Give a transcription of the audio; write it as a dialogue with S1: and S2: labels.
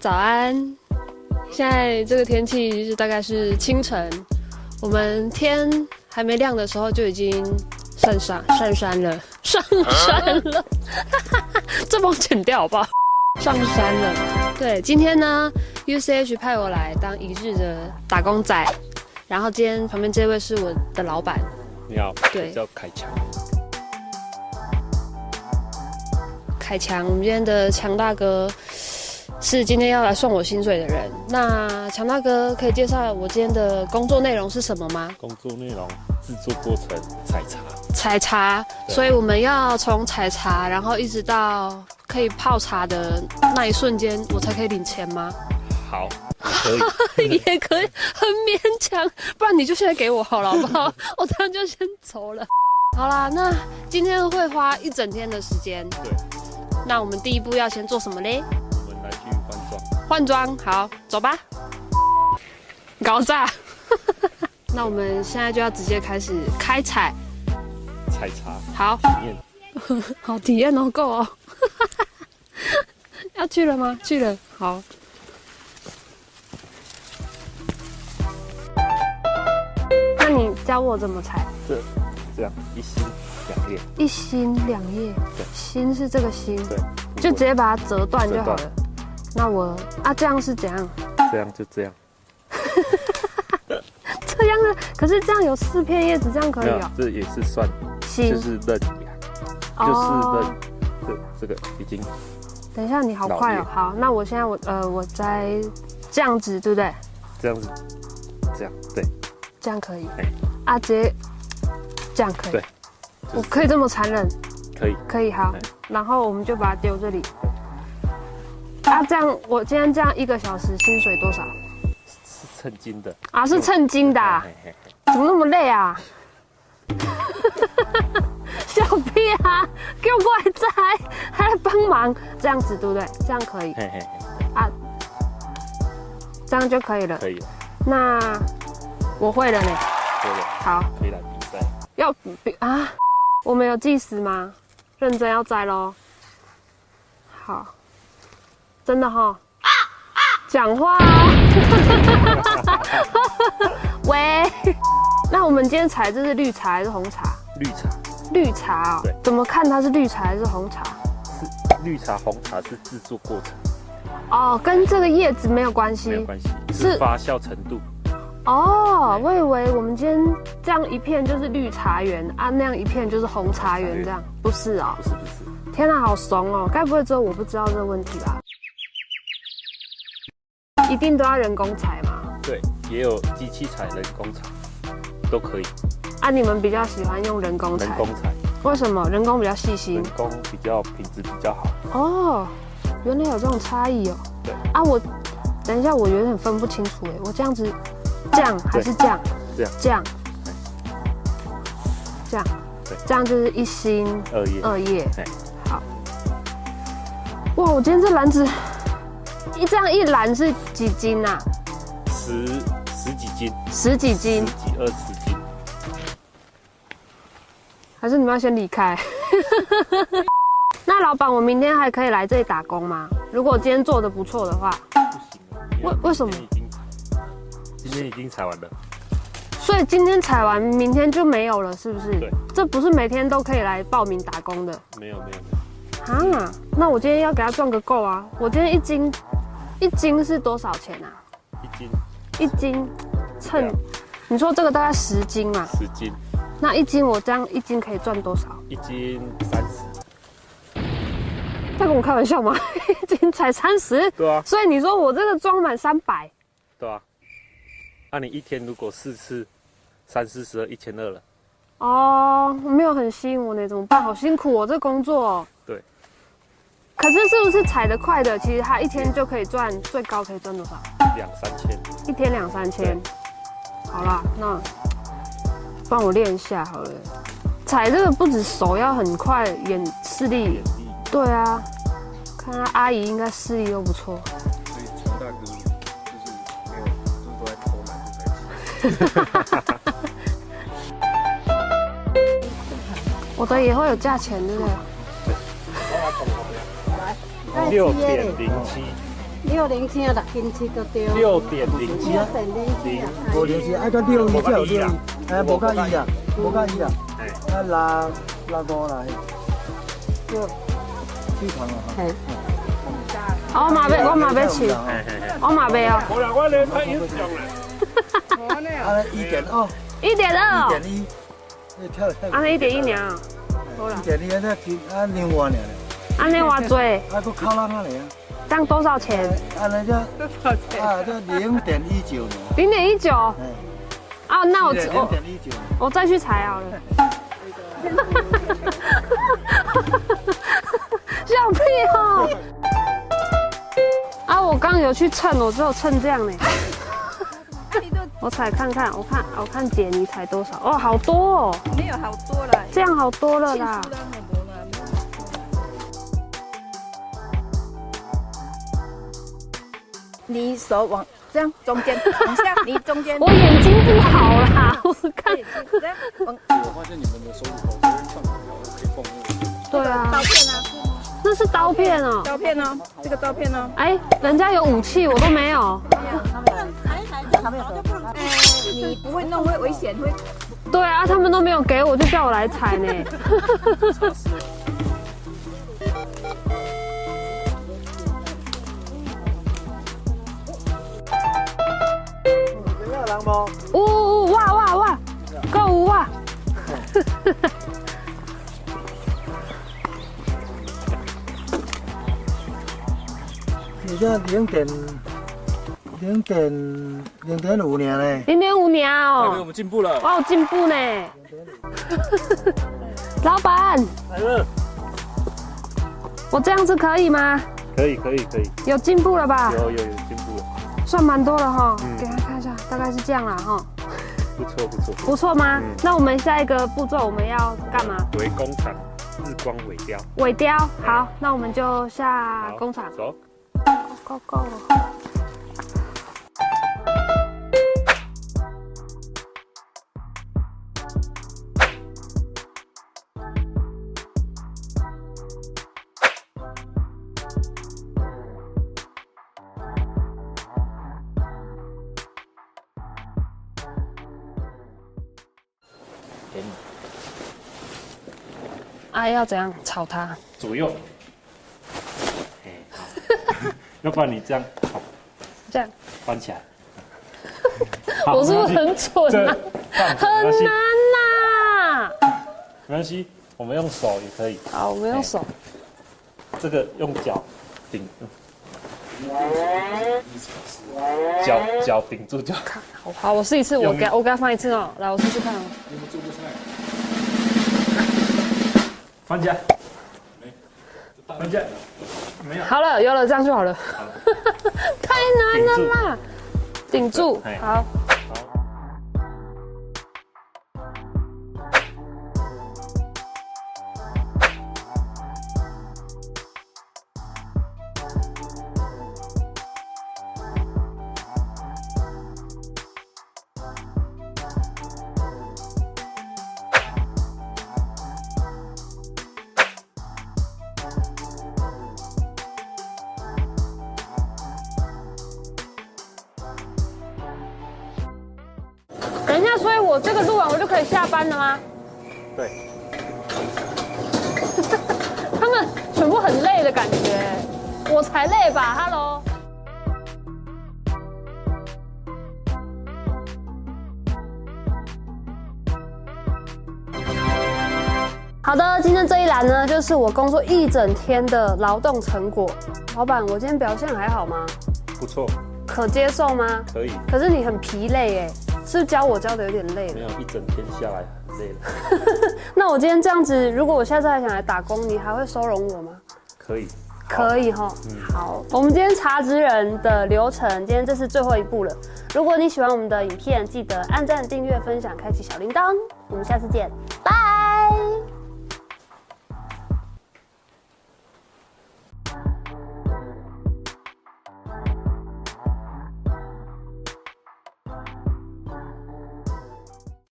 S1: 早安！现在这个天气就是大概是清晨，我们天还没亮的时候就已经上山上山了，上山了， 这帮我剪掉好不好？上山了。对，今天呢，UCH 派我来当一日的打工仔，然后今天旁边这位是我的老板，
S2: 你好，
S1: 对
S2: 叫开枪。
S1: 凯强，我们今天的强大哥是今天要来算我薪水的人。那强大哥可以介绍我今天的工作内容是什么吗？
S2: 工作内容：制作过程、采茶、
S1: 采茶，
S2: 对
S1: 所以我们要从采茶，然后一直到可以泡茶的那一瞬间，我才可以领钱吗？
S2: 好，可以。
S1: 也可以，很勉强，不然你就现在给我好了，好不 好？我当然就先走了。好啦，那今天会花一整天的时间。
S2: 对。
S1: 那我们第一步要先做什么嘞？
S2: 我们来去换装。
S1: 换装，好，走吧。搞 炸！那我们现在就要直接开始开采，
S2: 采茶
S1: 好
S2: 体验，
S1: 好体验哦，够 哦。要去了吗？去了，好。那你教我怎么采？
S2: 这这样一心两叶，
S1: 一心两叶
S2: 对，
S1: 心是这个心，
S2: 对，
S1: 就直接把它折断就好
S2: 折
S1: 了。那我啊，这样是怎样？
S2: 这样就这样。
S1: 这样的，可是这样有四片叶子，这样可以
S2: 没有
S1: 哦。，
S2: 这也是算，
S1: 心
S2: 就是嫩芽，就是
S1: 哦
S2: 嫩。对，这个已经
S1: 等一下，你好快
S2: 老
S1: 哦
S2: 叶！
S1: 好，那我现在我呃我摘这样子，对不对？
S2: 这样子，这样对，
S1: 这样可以
S2: 哎。
S1: 阿杰，这样可以
S2: 对。
S1: 我可以这么残忍，
S2: 可以。
S1: 可以好
S2: 哎。
S1: 然后我们就把它丢这里。啊，这样我今天这样一个小时薪水多少？
S2: 是称斤的。
S1: 啊，是称斤的啊、
S2: 嘿嘿嘿
S1: 怎么那么累啊？ 小屁啊，给我过来摘，还来帮忙，这样子对不对？这样可以，
S2: 嘿嘿嘿，
S1: 这样就可以了。
S2: 可以了，
S1: 那我会了呢。
S2: 对了，
S1: 好，
S2: 可以来比赛。
S1: 要比啊，我们有计时吗？认真要摘喽。好，真的哈、讲话、啊。 喂，那我们今天采这是绿茶还是红茶？
S2: 绿茶
S1: 绿茶哦
S2: 对，
S1: 怎么看它是绿茶还是红茶？
S2: 是绿茶、红茶是制作过程，
S1: 哦，跟这个叶子没有关
S2: 没有
S1: 系。
S2: 关系，
S1: 是
S2: 是发酵程度。
S1: 哦，我以为我们今天这样一片就是绿茶园啊，那样一片就是红茶园，这样不是哦。
S2: 不是不是，
S1: 天哪、好怂哦！该不会只有我不知道这个问题吧？一定都要人工采吗？
S2: 对，也有机器采、人工采，都可以。
S1: 啊，你们比较喜欢用人工
S2: 人
S1: 采？
S2: 工采，
S1: 为什么？人工比较细心
S2: 人工比较品质比较好。
S1: 哦。原来有这种差异哦。
S2: 对
S1: 啊，我等一下，我有点分不清楚哎，我这样子，这样还是这样？
S2: 这样
S1: 这样，这样
S2: 对，
S1: 这样就是一心
S2: 二叶，
S1: 二叶
S2: 哎。
S1: 好。哇，我今天这篮子一这样一篮是几斤啊？
S2: 十十几斤，
S1: 十几斤
S2: 十？几二十斤，
S1: 还是你们要先离开？ 那老板，我明天还可以来这里打工吗？如果我今天做的不错的话，
S2: 不行了。因
S1: 为为什么
S2: 今天已经今天已经采完了，
S1: 所以今天采完，明天就没有了，是不是
S2: 对？
S1: 这不是每天都可以来报名打工的
S2: 没有没有没
S1: 啊？那我今天要给他赚个够啊！我今天一斤，一斤是多少钱啊？
S2: 有，一斤
S1: 一斤
S2: 对
S1: 称
S2: 啊，
S1: 你说这个大概十斤嘛？
S2: 十斤，
S1: 那一斤我这样一斤可以赚多少？
S2: 一斤三十。
S1: 在跟我开玩笑吗？ 一斤才三十，
S2: 对啊，
S1: 所以你说我这个装满三百，
S2: 对啊。那、你一天如果四次，三四十二，一千二了。
S1: 哦，没有很吸引我呢，怎么办？好辛苦哦，这工作、哦。
S2: 对。
S1: 可是是不是采得快的，其实他一天就可以赚，最高可以赚多少？
S2: 两三千，
S1: 一天两三千
S2: 对。
S1: 好啦，那帮我练一下好了。采这个不止手要很快，眼视力
S2: 眼力
S1: 对啊，看来阿姨应该视力又不错。
S3: 所以强大哥就是没有，就是都在偷懒，就在
S1: 我的也会有价钱，对不对？
S2: 六点零七
S4: 六零七啊，六斤七都对。
S2: 六点零七
S4: 六点零七啊，
S5: 无零是爱到六二才有六二，哎，无到伊啊，无到伊啊，
S2: 哎，
S5: 啊六六五来，
S4: 六，
S5: 起床啊，
S4: 嘿。
S1: 哦
S4: 我嘛要，我嘛要试，
S2: 嘿嘿嘿，
S4: 我嘛要哦，
S2: 我两块人太英雄了，
S5: 啊一点二，
S1: 一点
S5: 一
S1: 二，
S5: 点一，你哎跳跳，
S1: 安尼一点一两，好
S5: 一
S1: 啦，
S5: 点一那几啊另外呢，
S1: 安尼偌济，
S5: 啊佫靠人啊来啊，
S1: 这样多少钱？
S5: 啊那叫啊叫零点一九呢，
S1: 零点一九啊，
S5: 哎，
S1: 那我
S5: 零
S1: 我
S5: 点一九，
S1: 我再去采好 了。笑屁哦！啊，我刚有去称，我只有称这 样呢。我采看看，我看我看姐你采多少？哦，好多哦，
S6: 没有好多了，
S1: 这样好多了
S6: 庆
S1: 啦
S6: 祝。到那么了，没有好多了。你手往这样中间往下，你中间
S1: 我眼睛不好啦，我看
S6: 对这样往
S3: 我发现你们的手指头跟上面条可以放那个。
S1: 对
S6: 刀
S1: 啊，
S6: 片啊，
S1: 那是刀片哦。
S6: 刀片哦，这个刀片哦，
S1: 哎，人家有武器，我都没有。
S6: 你不会弄会危险，会
S1: 对啊，他们都没有给我，就叫我来采呢。
S5: 有人无？
S1: 呜呜呜哇哇哇，够呜哇！
S5: 你这零点零点零点五年嘞，
S1: 零点五年
S3: 代表
S1: 哦
S3: 我，们进步了。
S1: 哇，有进步呢。 老板，
S2: 来了，
S1: 我这样子可以吗？
S2: 可以可以可以，
S1: 有进步了吧？
S2: 有有有进步了，
S1: 算蛮多了哈
S2: 嗯，
S1: 给他看一下，大概是这样啦哈，
S2: 不错不错，
S1: 不错吗
S2: 嗯？
S1: 那我们下一个步骤我们要干嘛？
S2: 回工厂，日光尾雕，
S1: 尾雕。好，那我们就下
S2: 好
S1: 啊工厂。
S2: 走，
S1: Go go！啊，要怎样炒它？
S2: 左右，哎，好 要不然你这样好
S1: 这样，
S2: 翻起来，好
S1: 我是不是很
S2: 这
S1: 蠢啊？
S2: 放着
S1: 很啊
S2: 没关系
S1: 难呐、
S2: 没关系，我们用手也可以，
S1: 好，我们用手。
S2: 这个用脚顶住，脚脚顶住就好。
S1: 好好，我试一次，我
S2: 用力
S1: 给他我给他放一次哦。来，我试试看哦。
S2: 放假，放假，
S1: 好了，有了，这样就好了。 太难了啦！顶住
S2: 哎，
S1: 好。等一下，所以我这个录完我就可以下班了吗？
S2: 对。
S1: 他们全部很累的感觉，我才累吧？Hello。好的，今天这一栏呢，就是我工作一整天的劳动成果。老板，我今天表现还好吗？
S2: 不错，
S1: 可接受吗？
S2: 可以，
S1: 可是你很疲累哎，是不是教我教的有点累了
S2: 没。有一整天下来很累了，
S1: 那我今天这样子，如果我下次还想来打工，你还会收容我吗？
S2: 可以，
S1: 可以哈。好，我们今天茶职人的流程，今天这是最后一步了。如果你喜欢我们的影片，记得按赞、订阅、分享、开启小铃铛。我们下次见，拜。